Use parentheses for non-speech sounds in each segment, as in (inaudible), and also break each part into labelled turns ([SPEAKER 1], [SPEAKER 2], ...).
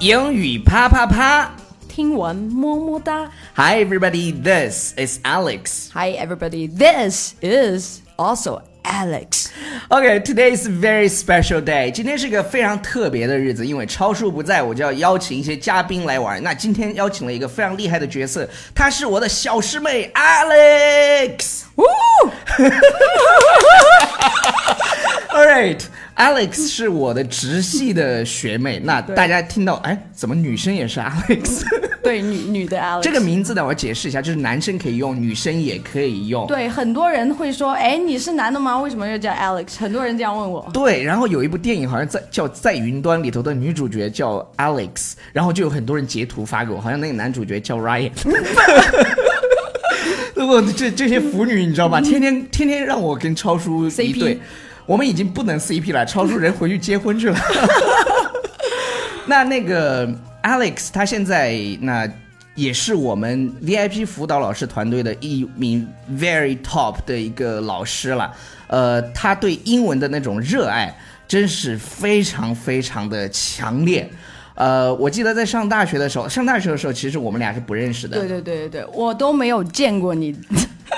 [SPEAKER 1] 英语啪啪啪
[SPEAKER 2] 听完么么哒。
[SPEAKER 1] ！Hi everybody, this is Alex.
[SPEAKER 2] Hi everybody, this is also Alex。
[SPEAKER 1] OK, today is a very special day. 今天是个非常特别的日子，因为超叔不在，我就要邀请一些嘉宾来玩。那今天邀请了一个非常厉害的角色，她是我的小师妹 Alex。All right, Alex 是我的直系的学 (laughs) 妹。那大家听到，哎，怎么女生也是 Alex？
[SPEAKER 2] 对，女女的 Alex。
[SPEAKER 1] 这个名字呢，我要解释一下，就是男生可以用，女生也可以用。
[SPEAKER 2] 对，很多人会说，哎，你是男的吗？为什么又叫 Alex？很多人这样问我。
[SPEAKER 1] 对，然后有一部电影好像在叫《在云端》里头的女主角叫 Alex，然后就有很多人截图发给我，好像那个男主角叫 Ryan。我这这些腐女你知道吧？天天天天让我跟超叔一
[SPEAKER 2] CP
[SPEAKER 1] 对，我们已经不能 CP 了，超叔人回去结婚去了。那那个 Alex 他现在那也是我们 VIP 辅导老师团队的一名 very top 的一个老师了。呃，他对英文的那种热爱真是非常非常的强烈。呃，我记得在上大学的时候，上大学的时候其实我们俩是不认识的。
[SPEAKER 2] 对对对对对，我都没有见过你。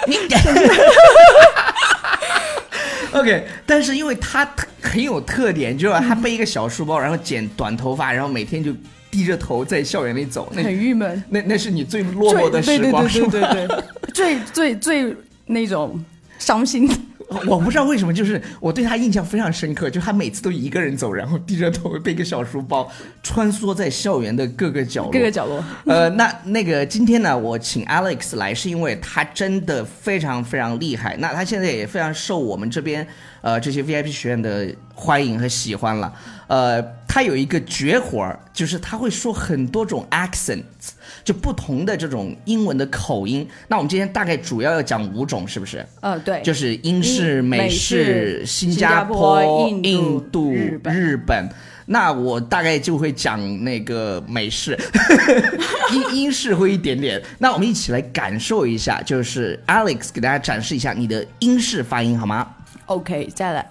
[SPEAKER 1] 你 OK，但是因为他特很有特点，就是他背一个小书包，然后剪短头发，然后每天就低着头在校园里走，那
[SPEAKER 2] 很郁闷，
[SPEAKER 1] 那那是你最 (laughs) 落寞的时光，
[SPEAKER 2] 最
[SPEAKER 1] 是
[SPEAKER 2] 对
[SPEAKER 1] 吗？
[SPEAKER 2] 对对对对对，最最最那种伤心。
[SPEAKER 1] (laughs) 我不知道为什么，就是我对他印象非常深刻，就他每次都一个人走，然后低着头背个小书包，穿梭在校园的各个角落，
[SPEAKER 2] 各个角落，
[SPEAKER 1] 呃，那那个今天呢，我请 Alex 来，是因为他真的非常非常厉害。那他现在也非常受我们这边呃这些 VIP 学院的欢迎和喜欢了。呃，他有一个绝活儿，就是他会说很多种 accent，就不同的这种英文的口音。那我们今天大概主要要讲五种，是不是？
[SPEAKER 2] 呃，对，
[SPEAKER 1] 就是英式、
[SPEAKER 2] 英
[SPEAKER 1] 美
[SPEAKER 2] 美
[SPEAKER 1] 式、
[SPEAKER 2] 式
[SPEAKER 1] 新
[SPEAKER 2] 新
[SPEAKER 1] 加
[SPEAKER 2] 加坡
[SPEAKER 1] 坡、
[SPEAKER 2] 印
[SPEAKER 1] 印
[SPEAKER 2] 度日本
[SPEAKER 1] 日本。那我大概就会讲那个美式， (laughs) 英英式会一点点。那我们一起来感受一下，就是 Alex 给大家展示一下你的英式发音好吗
[SPEAKER 2] Okay, 再来，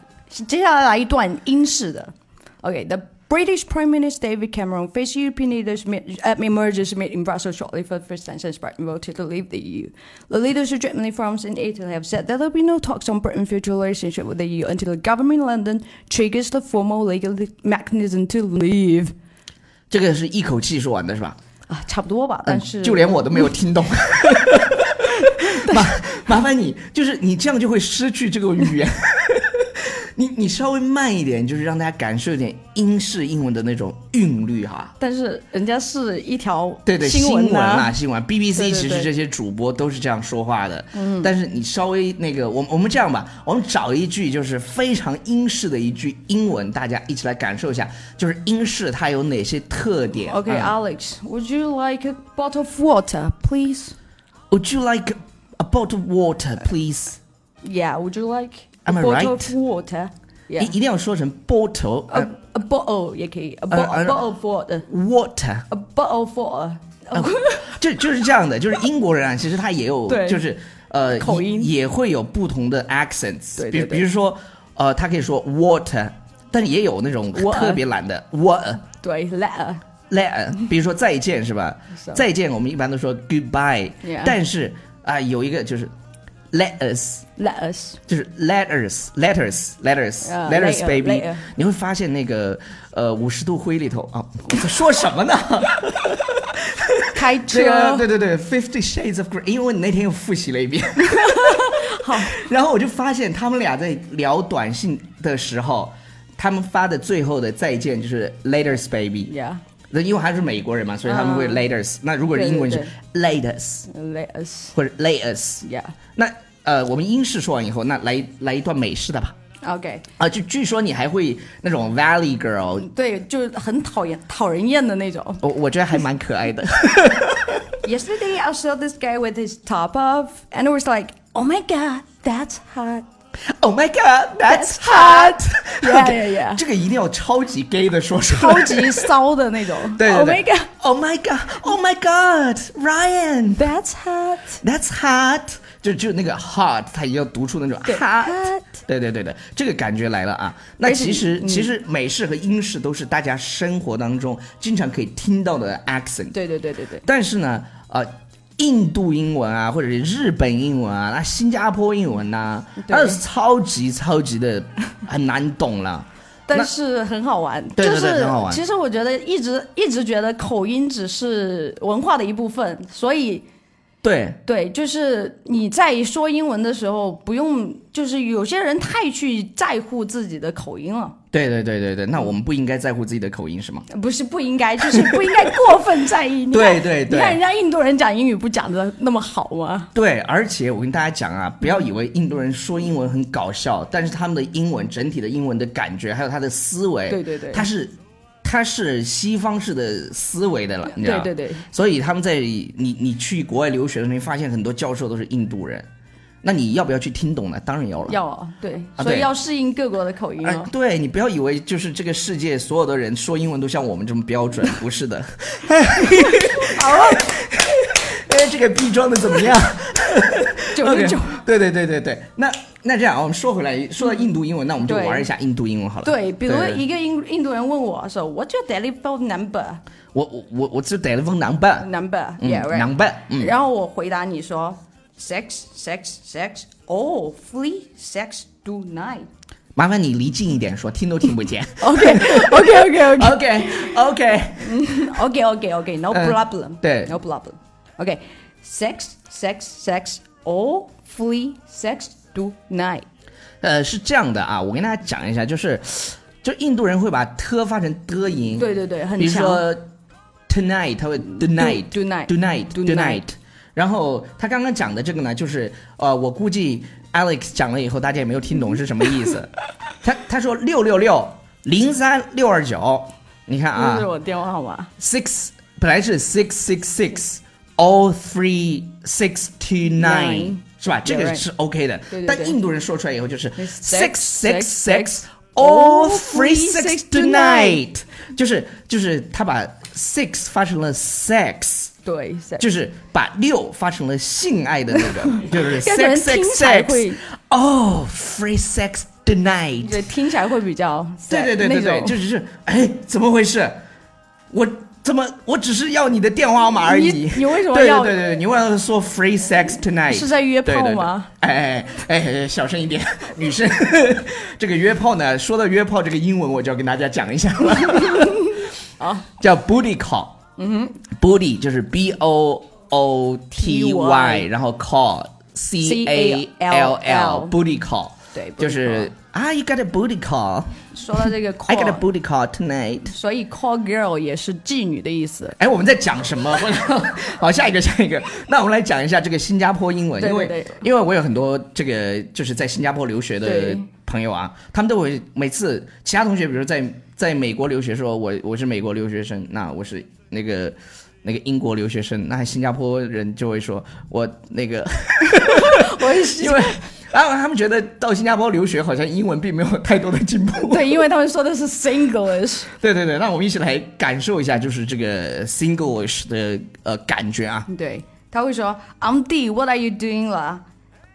[SPEAKER 2] 接下来来一段英式的。Okay, the British Prime Minister David Cameron faced European leaders uh, mid, at emergence meet in Brussels shortly for the first time since Britain voted to leave the EU. The leaders of Germany, France, and Italy have said there will be no talks on Britain's future relationship with the EU until the government in London triggers the formal legal mechanism to leave.
[SPEAKER 1] 这个是一口气说完的是吧？
[SPEAKER 2] 啊，差不多吧，
[SPEAKER 1] 嗯
[SPEAKER 2] 但是
[SPEAKER 1] 就连我都没有听
[SPEAKER 2] (laughs)
[SPEAKER 1] 懂。麻麻烦你，就是你这样就会失去这个语言。你你稍微慢一点，就是让大家感受一点英式英文的那种韵律哈。
[SPEAKER 2] 但是人家是一条
[SPEAKER 1] 对对，新
[SPEAKER 2] 新闻啊。
[SPEAKER 1] 啦，新闻，BBC
[SPEAKER 2] 对对
[SPEAKER 1] 其实
[SPEAKER 2] 对
[SPEAKER 1] 这些主播都是这样说话的。嗯，但是你稍微那个，我们我们这样吧，我们找一句就是非常英式的一句英文，大家一起来感受一下，就是英式它有哪些特点。
[SPEAKER 2] Okay,
[SPEAKER 1] 嗯
[SPEAKER 2] Alex, would you like a bottle of water, please?
[SPEAKER 1] Would you like a bottle of water, please?
[SPEAKER 2] Yeah, would you like a
[SPEAKER 1] Am I
[SPEAKER 2] bottle
[SPEAKER 1] right?
[SPEAKER 2] of water?
[SPEAKER 1] 一
[SPEAKER 2] Yeah.
[SPEAKER 1] 一定要说成 bottle，
[SPEAKER 2] A,
[SPEAKER 1] 呃
[SPEAKER 2] a bottle 也可以，a bo-
[SPEAKER 1] 呃呃
[SPEAKER 2] a bottle of water,
[SPEAKER 1] ，water，
[SPEAKER 2] a bottle of water。 (laughs)
[SPEAKER 1] 就就是这样的，就是英国人啊，其实他也有，
[SPEAKER 2] 对
[SPEAKER 1] 就是呃
[SPEAKER 2] 口音
[SPEAKER 1] 也也会有不同的 accents，
[SPEAKER 2] 对
[SPEAKER 1] 比
[SPEAKER 2] 对对
[SPEAKER 1] 比如说呃，他可以说 water，但是也有那种
[SPEAKER 2] What？
[SPEAKER 1] 特别懒的 what
[SPEAKER 2] 对，letter
[SPEAKER 1] let，比如说再见是吧？
[SPEAKER 2] So-
[SPEAKER 1] 再见我们一般都说 goodbye，
[SPEAKER 2] 啊 Yeah
[SPEAKER 1] 但是啊、有一个就是 let us。
[SPEAKER 2] letters
[SPEAKER 1] 就是 letters letters letters
[SPEAKER 2] 呃
[SPEAKER 1] letters
[SPEAKER 2] layer-
[SPEAKER 1] baby，
[SPEAKER 2] layer
[SPEAKER 1] 你会发现那个呃五十度灰里头啊，我在说什么呢？
[SPEAKER 2] 开
[SPEAKER 1] 这个
[SPEAKER 2] 车
[SPEAKER 1] 对对对，Fifty Shades of Grey，因为你那天又复习了一
[SPEAKER 2] (laughs)
[SPEAKER 1] 遍。好，然后我就发现他们俩在聊短信的时候，他们发的最后的再见就是 Later's baby。
[SPEAKER 2] ，yeah 嗯
[SPEAKER 1] 那因为他是美国人嘛，所以他们会 Later's、那如果是英国人
[SPEAKER 2] 对
[SPEAKER 1] 是 Later's
[SPEAKER 2] letters
[SPEAKER 1] 或者 Later's。
[SPEAKER 2] yeah
[SPEAKER 1] 那呃，我们英式说完以后，那来来一段美式的吧。
[SPEAKER 2] OK
[SPEAKER 1] 啊，就据说你还会那种 Valley Girl，
[SPEAKER 2] 对，就是很讨厌讨人厌的那种。
[SPEAKER 1] 我我觉得还蛮可爱的。
[SPEAKER 2] (laughs) Yesterday I saw this guy with his top off and I was like, oh my god, that's hot.
[SPEAKER 1] Oh my god, that's
[SPEAKER 2] That's
[SPEAKER 1] hot！ (laughs)
[SPEAKER 2] Yeah, yeah, yeah.
[SPEAKER 1] 这个一定要超级 gay 的说出来。
[SPEAKER 2] 超级骚的 (laughs) 那种。
[SPEAKER 1] 对 (laughs) 对
[SPEAKER 2] Oh
[SPEAKER 1] 对
[SPEAKER 2] my god,
[SPEAKER 1] Oh my god! Oh my god! Ryan,
[SPEAKER 2] that's hot.
[SPEAKER 1] that's hot. 就只有那个 hard，它也要读出那种
[SPEAKER 2] 对
[SPEAKER 1] hard。对对对对，这个感觉来了啊！那
[SPEAKER 2] 而且
[SPEAKER 1] 其实、
[SPEAKER 2] 嗯
[SPEAKER 1] 其实美式和英式都是大家生活当中经常可以听到的 accent，
[SPEAKER 2] 对对对对对，
[SPEAKER 1] 但是呢，呃，印度英文啊，或者是日本英文啊，那新加坡英文呐、
[SPEAKER 2] 对
[SPEAKER 1] 那是超级超级的很难懂了。 (laughs) 那
[SPEAKER 2] 但是很好玩，
[SPEAKER 1] 对对对
[SPEAKER 2] 就是
[SPEAKER 1] 很好玩
[SPEAKER 2] 其实我觉得一直一直觉得口音只是文化的一部分，所以
[SPEAKER 1] 对，
[SPEAKER 2] 对，就是你在说英文的时候，不用就是有些人太去在乎自己的口音了，
[SPEAKER 1] 对对对对对，那我们不应该在乎自己的口音是吗？
[SPEAKER 2] 不是不应该，就是不应该过分在意。你看
[SPEAKER 1] 对对
[SPEAKER 2] 你看人
[SPEAKER 1] 对
[SPEAKER 2] 家印度人讲英语不讲的那么好吗？
[SPEAKER 1] 对，而且我跟大家讲啊，不要以为印度人说英文很搞笑，但是他们的英文整体的英文的感觉，还有他的思维，
[SPEAKER 2] 对对对，
[SPEAKER 1] 他是他是西方式的思维的了，你知道
[SPEAKER 2] 对
[SPEAKER 1] 吗？
[SPEAKER 2] 对对，
[SPEAKER 1] 所以他们在你你去国外留学的时候，你发现很多教授都是印度人，那你要不要去听懂呢？当然要了。
[SPEAKER 2] 要啊对，
[SPEAKER 1] 啊
[SPEAKER 2] 所以
[SPEAKER 1] 对
[SPEAKER 2] 要适应各国的口音
[SPEAKER 1] 哎
[SPEAKER 2] 哦。，
[SPEAKER 1] 对你不要以为就是这个世界所有的人说英文都像我们这么标准，不是
[SPEAKER 2] (laughs)
[SPEAKER 1] 的。
[SPEAKER 2] 好了，
[SPEAKER 1] 哎，这个逼装的怎么
[SPEAKER 2] (laughs)
[SPEAKER 1] 样？
[SPEAKER 2] 九
[SPEAKER 1] OK，
[SPEAKER 2] 十九，
[SPEAKER 1] 对对对对对，那那这样啊，我们说回来，说到印度英文，那我们就
[SPEAKER 2] 对
[SPEAKER 1] 玩一下印度英文好了。
[SPEAKER 2] 对，比如
[SPEAKER 1] 对
[SPEAKER 2] 一个印印度人问我说，What's your telephone number?
[SPEAKER 1] 我我我我只逮了封南半，
[SPEAKER 2] Number,
[SPEAKER 1] 嗯
[SPEAKER 2] yeah, right.
[SPEAKER 1] 南半，嗯，
[SPEAKER 2] 然后我回答你说，six six six, oh, three six two nine.
[SPEAKER 1] 麻烦你离近一点说，听都听不见。
[SPEAKER 2] OK OK OK OK
[SPEAKER 1] OK OK，
[SPEAKER 2] OK OK OK no
[SPEAKER 1] 嗯
[SPEAKER 2] problem，
[SPEAKER 1] 对
[SPEAKER 2] ，no problem。OK sex sex sex all free sex do night。
[SPEAKER 1] 呃，是这样的啊，我跟大家讲一下，就是就印度人会把 t 发成的音，
[SPEAKER 2] 对对对，很
[SPEAKER 1] 比如
[SPEAKER 2] 强。
[SPEAKER 1] 说 tonight，他会 the night。
[SPEAKER 2] do night。
[SPEAKER 1] tonight
[SPEAKER 2] Tonight
[SPEAKER 1] tonight。然后他刚刚讲的这个呢，就是呃，我估计 Alex 讲了以后，大家也没有听懂是什么意
[SPEAKER 2] (laughs)
[SPEAKER 1] 思。他他说六六六零三六二九，你看
[SPEAKER 2] 这是
[SPEAKER 1] 啊
[SPEAKER 2] 我电话号码。
[SPEAKER 1] ，six 本来是 six six six all three six two
[SPEAKER 2] Nine
[SPEAKER 1] nine 是吧？这
[SPEAKER 2] Yeah,
[SPEAKER 1] 个
[SPEAKER 2] right
[SPEAKER 1] 是 OK 的
[SPEAKER 2] 对对，
[SPEAKER 1] 但
[SPEAKER 2] 对
[SPEAKER 1] 印度人说出来以后就是
[SPEAKER 2] Six,
[SPEAKER 1] six
[SPEAKER 2] six,
[SPEAKER 1] six
[SPEAKER 2] six,
[SPEAKER 1] six all
[SPEAKER 2] all
[SPEAKER 1] three
[SPEAKER 2] three, six
[SPEAKER 1] six
[SPEAKER 2] tonight
[SPEAKER 1] tonight，就是就是他把 six 发成了 sex。
[SPEAKER 2] 对，sex。
[SPEAKER 1] 就是把六发成了性爱的那个，
[SPEAKER 2] (laughs)
[SPEAKER 1] 就是
[SPEAKER 2] 要是人
[SPEAKER 1] sex
[SPEAKER 2] 听
[SPEAKER 1] sex
[SPEAKER 2] 起来会
[SPEAKER 1] sex，哦，free sex tonight，
[SPEAKER 2] 对，听起来会比较
[SPEAKER 1] 对对对对对，就只是哎，怎么回事？我怎么我只是要你的电话号码而已
[SPEAKER 2] 你。你为什么
[SPEAKER 1] 对
[SPEAKER 2] 要
[SPEAKER 1] 对对对，你为什么说 free sex tonight？
[SPEAKER 2] 是在约炮吗？
[SPEAKER 1] 对对对哎哎哎哎，小声一点，女生。 (laughs) 这个约炮呢，说到约炮这个英文，我就要跟大家讲一下
[SPEAKER 2] (laughs)
[SPEAKER 1] 了。
[SPEAKER 2] 啊？
[SPEAKER 1] 叫 booty call。嗯哼，booty 就是 b o o t y，
[SPEAKER 2] T-Y
[SPEAKER 1] 然后 call c a l
[SPEAKER 2] L
[SPEAKER 1] l booty call，
[SPEAKER 2] 对
[SPEAKER 1] 就
[SPEAKER 2] booty
[SPEAKER 1] 是啊，you got a booty call，I
[SPEAKER 2] 说到这个
[SPEAKER 1] got a
[SPEAKER 2] call，
[SPEAKER 1] booty call tonight。
[SPEAKER 2] 所以 call girl 也是妓女的意思。
[SPEAKER 1] 哎，我们在讲什么？ (laughs) 好，下一个，下一个。 (laughs) 那我们来讲一下这个新加坡英文，
[SPEAKER 2] 对
[SPEAKER 1] 因
[SPEAKER 2] 对
[SPEAKER 1] 为
[SPEAKER 2] 对
[SPEAKER 1] 因为我有很多这个就是在新加坡留学的
[SPEAKER 2] 对
[SPEAKER 1] 朋友啊，他们都会每次其他同学，比如在在美国留学说，我我是美国留学生，那我是那个那个英国留学生，那新加坡人就会说我那个， (laughs)
[SPEAKER 2] 我也是
[SPEAKER 1] 因。为然后他们觉得到新加坡留学好像英文并没有太多的进步。
[SPEAKER 2] 对，因为他们说的是 Singlish，
[SPEAKER 1] 对对对，那我们一起来感受一下，就是这个 Singlish 的呃感觉啊。
[SPEAKER 2] 对，他会说 I'm D, what are you doing 啦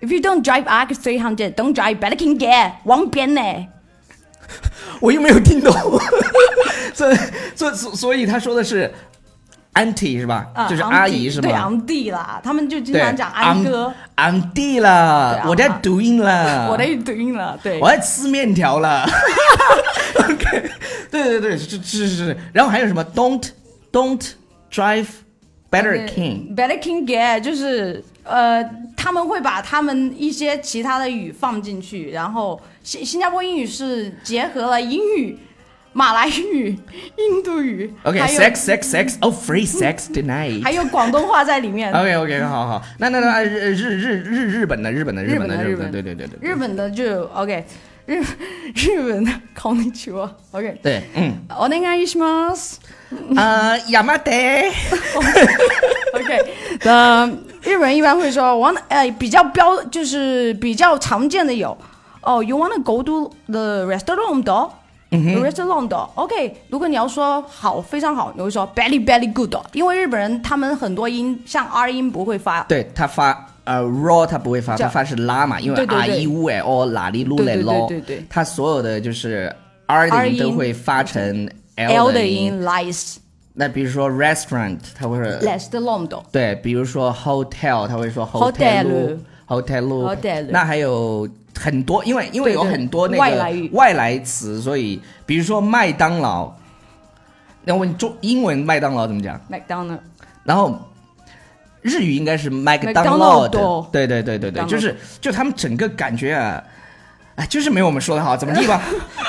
[SPEAKER 2] ？If you don't drive I get three hundred, don't drive better can get 王边呢？
[SPEAKER 1] 我又没有听懂， (laughs) 所以所以所以他说的是 auntie 是吧？
[SPEAKER 2] 啊
[SPEAKER 1] 就是
[SPEAKER 2] I'm
[SPEAKER 1] 阿
[SPEAKER 2] D，
[SPEAKER 1] 姨是
[SPEAKER 2] 对
[SPEAKER 1] 吗？
[SPEAKER 2] ，I'm D 啦，他们就经
[SPEAKER 1] 对，
[SPEAKER 2] 常讲安哥，
[SPEAKER 1] 俺弟啦，
[SPEAKER 2] 对
[SPEAKER 1] 我在
[SPEAKER 2] 俺
[SPEAKER 1] 读音啦，
[SPEAKER 2] (laughs) 我的 doing 了，对
[SPEAKER 1] 我，在吃面条
[SPEAKER 2] (laughs)
[SPEAKER 1] 啦。OK，对对对，是是是是。然后还有什么？Don't don't drive better king。
[SPEAKER 2] better can get 就是呃，他们会把他们一些其他的语放进去，然后新新加坡英语是结合了英语、马来语、印度语还有
[SPEAKER 1] OK，sex sex sex，哦，free sex tonight。
[SPEAKER 2] 还有广东话在
[SPEAKER 1] (laughs)
[SPEAKER 2] 里面。
[SPEAKER 1] OK OK，好好，那那那日日日日日本的嗯日本的
[SPEAKER 2] 日
[SPEAKER 1] 本
[SPEAKER 2] 本
[SPEAKER 1] 的
[SPEAKER 2] 的
[SPEAKER 1] 日
[SPEAKER 2] 日本
[SPEAKER 1] 对对对对
[SPEAKER 2] 日本的就 OK，日日本的 k o n n i c h o 啊 OK，
[SPEAKER 1] 对，嗯
[SPEAKER 2] お願いします。
[SPEAKER 1] 啊，亚麻得。
[SPEAKER 2] OK，那日本人一般会说 want 呃比较标就是比较常见的有哦、y o u wanna go to the restaurant door。restaurant
[SPEAKER 1] 嗯
[SPEAKER 2] door OK，如果你要说好，非常好，你会说 very very good，因为日本人他们很多音像 R 音不会发，
[SPEAKER 1] 对他发呃，raw 它不会发，
[SPEAKER 2] 这
[SPEAKER 1] 它
[SPEAKER 2] 样
[SPEAKER 1] 发是拉嘛，因为
[SPEAKER 2] 对对
[SPEAKER 1] r
[SPEAKER 2] 对
[SPEAKER 1] e u l o 哪里 lu 嘞 lo，
[SPEAKER 2] 对对对对
[SPEAKER 1] 它所有的就是 r 的
[SPEAKER 2] R
[SPEAKER 1] 音都
[SPEAKER 2] 音
[SPEAKER 1] 会发成
[SPEAKER 2] L
[SPEAKER 1] E l
[SPEAKER 2] 的
[SPEAKER 1] 音。
[SPEAKER 2] 音 lies
[SPEAKER 1] 那比如说 restaurant，它会是
[SPEAKER 2] less 的 long
[SPEAKER 1] 对，比如说 hotel，他会说
[SPEAKER 2] Hotel
[SPEAKER 1] hotel，hotel，
[SPEAKER 2] Hotel
[SPEAKER 1] 那还有很多，因为因为有
[SPEAKER 2] 对对
[SPEAKER 1] 很多那个
[SPEAKER 2] 外来语
[SPEAKER 1] 外来词，所以比如说麦当劳，那我问中英文麦当劳怎么讲？
[SPEAKER 2] McDonald
[SPEAKER 1] 然后日语应该是麦克当劳
[SPEAKER 2] McDonald
[SPEAKER 1] 的，对对对对对，
[SPEAKER 2] McDonald
[SPEAKER 1] 就是就他们整个感觉啊，哎，就是没有我们说的好，怎么地
[SPEAKER 2] (laughs)
[SPEAKER 1] 吧？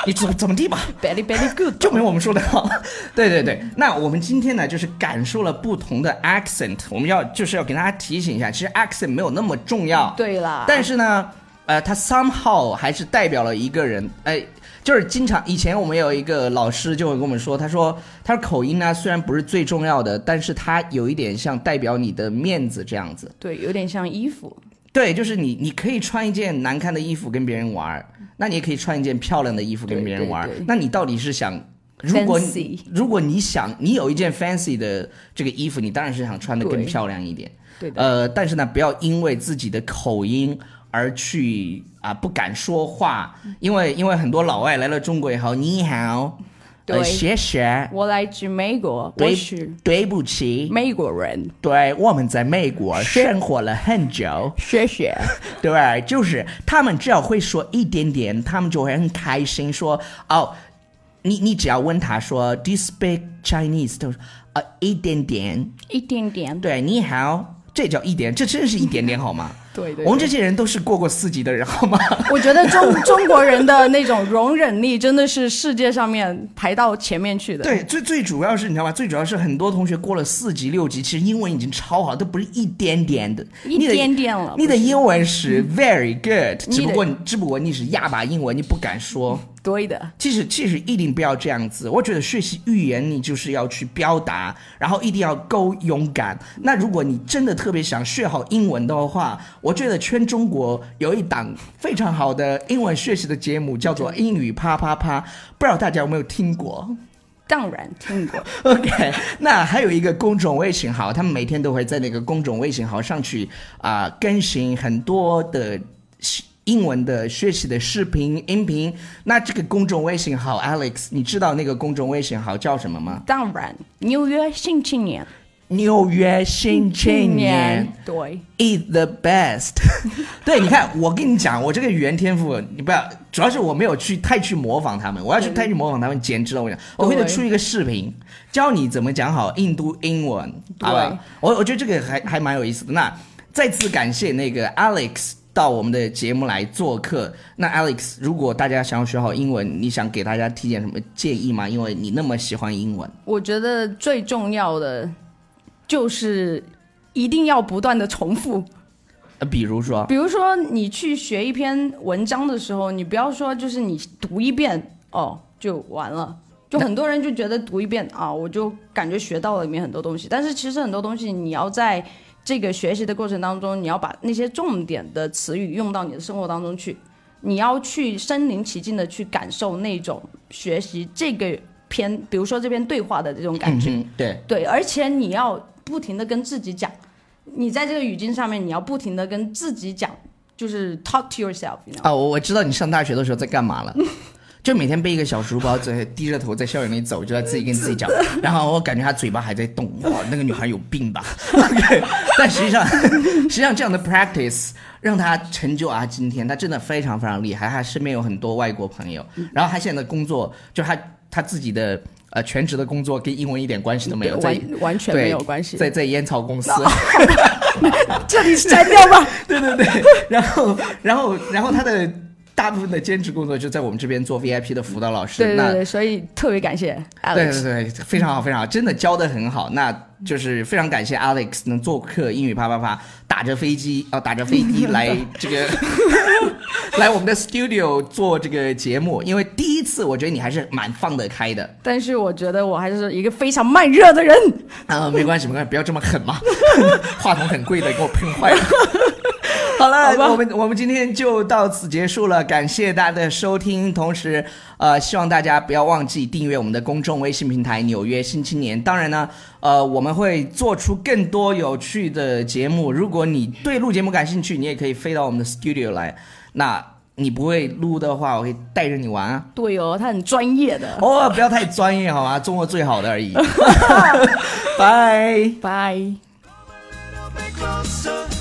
[SPEAKER 1] 你怎么怎么地吧？
[SPEAKER 2] very very good
[SPEAKER 1] 就没我们说的好。对对对，那我们今天呢，就是感受了不同的 accent，我们要就是要给大家提醒一下，其实 accent 没有那么重要，
[SPEAKER 2] 嗯对啦，
[SPEAKER 1] 但是呢，呃，它 somehow 还是代表了一个人，哎。就是经常以前我们有一个老师就会跟我们说，他说他说口音呢虽然不是最重要的，但是它有一点像代表你的面子这样子。
[SPEAKER 2] 对，有点像衣服，
[SPEAKER 1] 对，就是你，你可以穿一件难看的衣服跟别人玩儿，那你也可以穿一件漂亮的衣服跟别人玩儿
[SPEAKER 2] 对对对。
[SPEAKER 1] 那你到底是想，如果你
[SPEAKER 2] Fancy
[SPEAKER 1] 如果你想，你有一件 fancy 的这个衣服，你当然是想穿的更
[SPEAKER 2] 对
[SPEAKER 1] 漂亮一点。
[SPEAKER 2] 对的，
[SPEAKER 1] 呃，但是呢，不要因为自己的口音而去啊、不敢说话，因为因为很多老外来了中国以后，你好，呃，
[SPEAKER 2] 对
[SPEAKER 1] 谢谢，
[SPEAKER 2] 我来自美国，我
[SPEAKER 1] 对
[SPEAKER 2] 是
[SPEAKER 1] 对不起，
[SPEAKER 2] 美国人，
[SPEAKER 1] 对，我们在美国
[SPEAKER 2] 是
[SPEAKER 1] 生活了很久。
[SPEAKER 2] 谢谢，
[SPEAKER 1] 对，就是他们只要会说一点点，他们就会很开心说，哦，你你只要问他说 Do you speak Chinese？他说啊、一点点，
[SPEAKER 2] 一点点，
[SPEAKER 1] 对，你好，这叫一点，这真是一点点好
[SPEAKER 2] (laughs)
[SPEAKER 1] 吗？
[SPEAKER 2] 对对
[SPEAKER 1] 我们这些人都是过过四级的人好吗？ (laughs)
[SPEAKER 2] 我觉得中 (laughs) 中国人的那种容忍力真的是世界上面排到前面去的。，
[SPEAKER 1] 对，最最主要是你知道吗？最主要是很多同学过了四级六级，其实英文已经超好，都不是一点点的，
[SPEAKER 2] 一
[SPEAKER 1] 你的
[SPEAKER 2] 点点了
[SPEAKER 1] 你的
[SPEAKER 2] 不是
[SPEAKER 1] 英文
[SPEAKER 2] (laughs)
[SPEAKER 1] 是 very good，
[SPEAKER 2] 你
[SPEAKER 1] 只不
[SPEAKER 2] 的
[SPEAKER 1] 过你只不过你是哑巴英文，你不敢说。
[SPEAKER 2] 对的，
[SPEAKER 1] 其实其实一定不要这样子。我觉得学习语言，你就是要去表达，然后一定要够勇敢。那如果你真的特别想学好英文的话，我觉得全中国有一档非常好的英文学习的节目，叫做《英语啪啪啪》，不知道大家有没有听过？
[SPEAKER 2] 当然听过。
[SPEAKER 1] OK，那 (laughs) 还有一个公众微信号，他们每天都会在那个公众微信号上去啊、更新很多的学英文的学习的视频、音频。那这个公众微信号，Alex，你知道那个公众微信号叫什么吗？
[SPEAKER 2] 当然，纽约新青年，
[SPEAKER 1] 纽约新青年。
[SPEAKER 2] 对，
[SPEAKER 1] is the best 。 (laughs) 对，你看，我跟你讲，我这个语言天赋，你不要，主要是我没有去太去模仿他们，我要去太去模仿他们，简直了！我跟你讲，我会
[SPEAKER 2] 对
[SPEAKER 1] 出一个视频，教你怎么讲好印度英文，好吧
[SPEAKER 2] 对？
[SPEAKER 1] 我我觉得这个还还蛮有意思的。那再次感谢那个 Alex。到我们的节目来做客。那 Alex，如果大家想要学好英文，你想给大家提点什么建议吗？因为你那么喜欢英文。
[SPEAKER 2] 我觉得最重要的就是一定要不断的重复。
[SPEAKER 1] 呃，比如说，
[SPEAKER 2] 比如说，你去学一篇文章的时候，你不要说就是你读一遍哦就完了。就很多人就觉得读一遍啊，我就感觉学到了里面很多东西，但是其实很多东西你要在这个学习的过程当中，你要把那些重点的词语用到你的生活当中去，你要去身临其境的去感受那种学习这个篇，比如说这篇对话的这种感
[SPEAKER 1] 嗯
[SPEAKER 2] 觉。
[SPEAKER 1] 哼，对，
[SPEAKER 2] 对，而且你要不停的跟自己讲，你在这个语境上面，你要不停的跟自己讲，就是 talk to yourself，你知道吗？
[SPEAKER 1] 啊，我我知道你上大学的时候在干嘛
[SPEAKER 2] (laughs)
[SPEAKER 1] 了，就每天背一个小书包，在低着头在校园里走，就在自己跟自己
[SPEAKER 2] (laughs)
[SPEAKER 1] 讲，然后我感觉他嘴巴还在动，哇，那个女孩有病吧？ (laughs) 对，但实际上，实际上这样的 practice 让他成就啊，今天他真的非常非常厉害，他身边有很多外国朋友，
[SPEAKER 2] 嗯
[SPEAKER 1] 然后他现在的工作就是他他自己的呃全职的工作跟英文一点关系都没有，在
[SPEAKER 2] 完完全
[SPEAKER 1] 对
[SPEAKER 2] 没有关系，
[SPEAKER 1] 在在烟草公司。
[SPEAKER 2] (laughs) 这里删掉
[SPEAKER 1] (laughs)
[SPEAKER 2] 吧。
[SPEAKER 1] 对对对，然后然后然后他的大部分的兼职工作就在我们这边做 VIP 的辅导老师，
[SPEAKER 2] 对对
[SPEAKER 1] 那
[SPEAKER 2] 对，所以特别感谢 Alex。
[SPEAKER 1] 对对对，非常好，非常好，真的教的很好。那就是非常感谢 Alex 能做客英语啪啪啪，打着飞机啊、打着飞机来这
[SPEAKER 2] (laughs)
[SPEAKER 1] 个来我们的 studio 做这个节目，因为第一次我觉得你还是蛮放得开的
[SPEAKER 2] 但是我觉得我还是一个非常慢热的人，
[SPEAKER 1] 啊、没关系没关系，不要这么狠嘛，话筒很贵的，给我喷坏了。 (laughs) 好了，
[SPEAKER 2] 好吧
[SPEAKER 1] 我们我们今天就到此结束了，感谢大家的收听，同时呃，希望大家不要忘记订阅我们的公众微信平台《纽约新青年》。当然呢，呃，我们会做出更多有趣的节目。如果你对录节目感兴趣，你也可以飞到我们的 studio 来。那你不会录的话，我可以带着你玩啊。
[SPEAKER 2] 对哦，他很专业的。
[SPEAKER 1] 偶尔不要太专业好吗？中国最好的而已。拜。 (laughs)
[SPEAKER 2] 拜。
[SPEAKER 3] Come a little bit closer.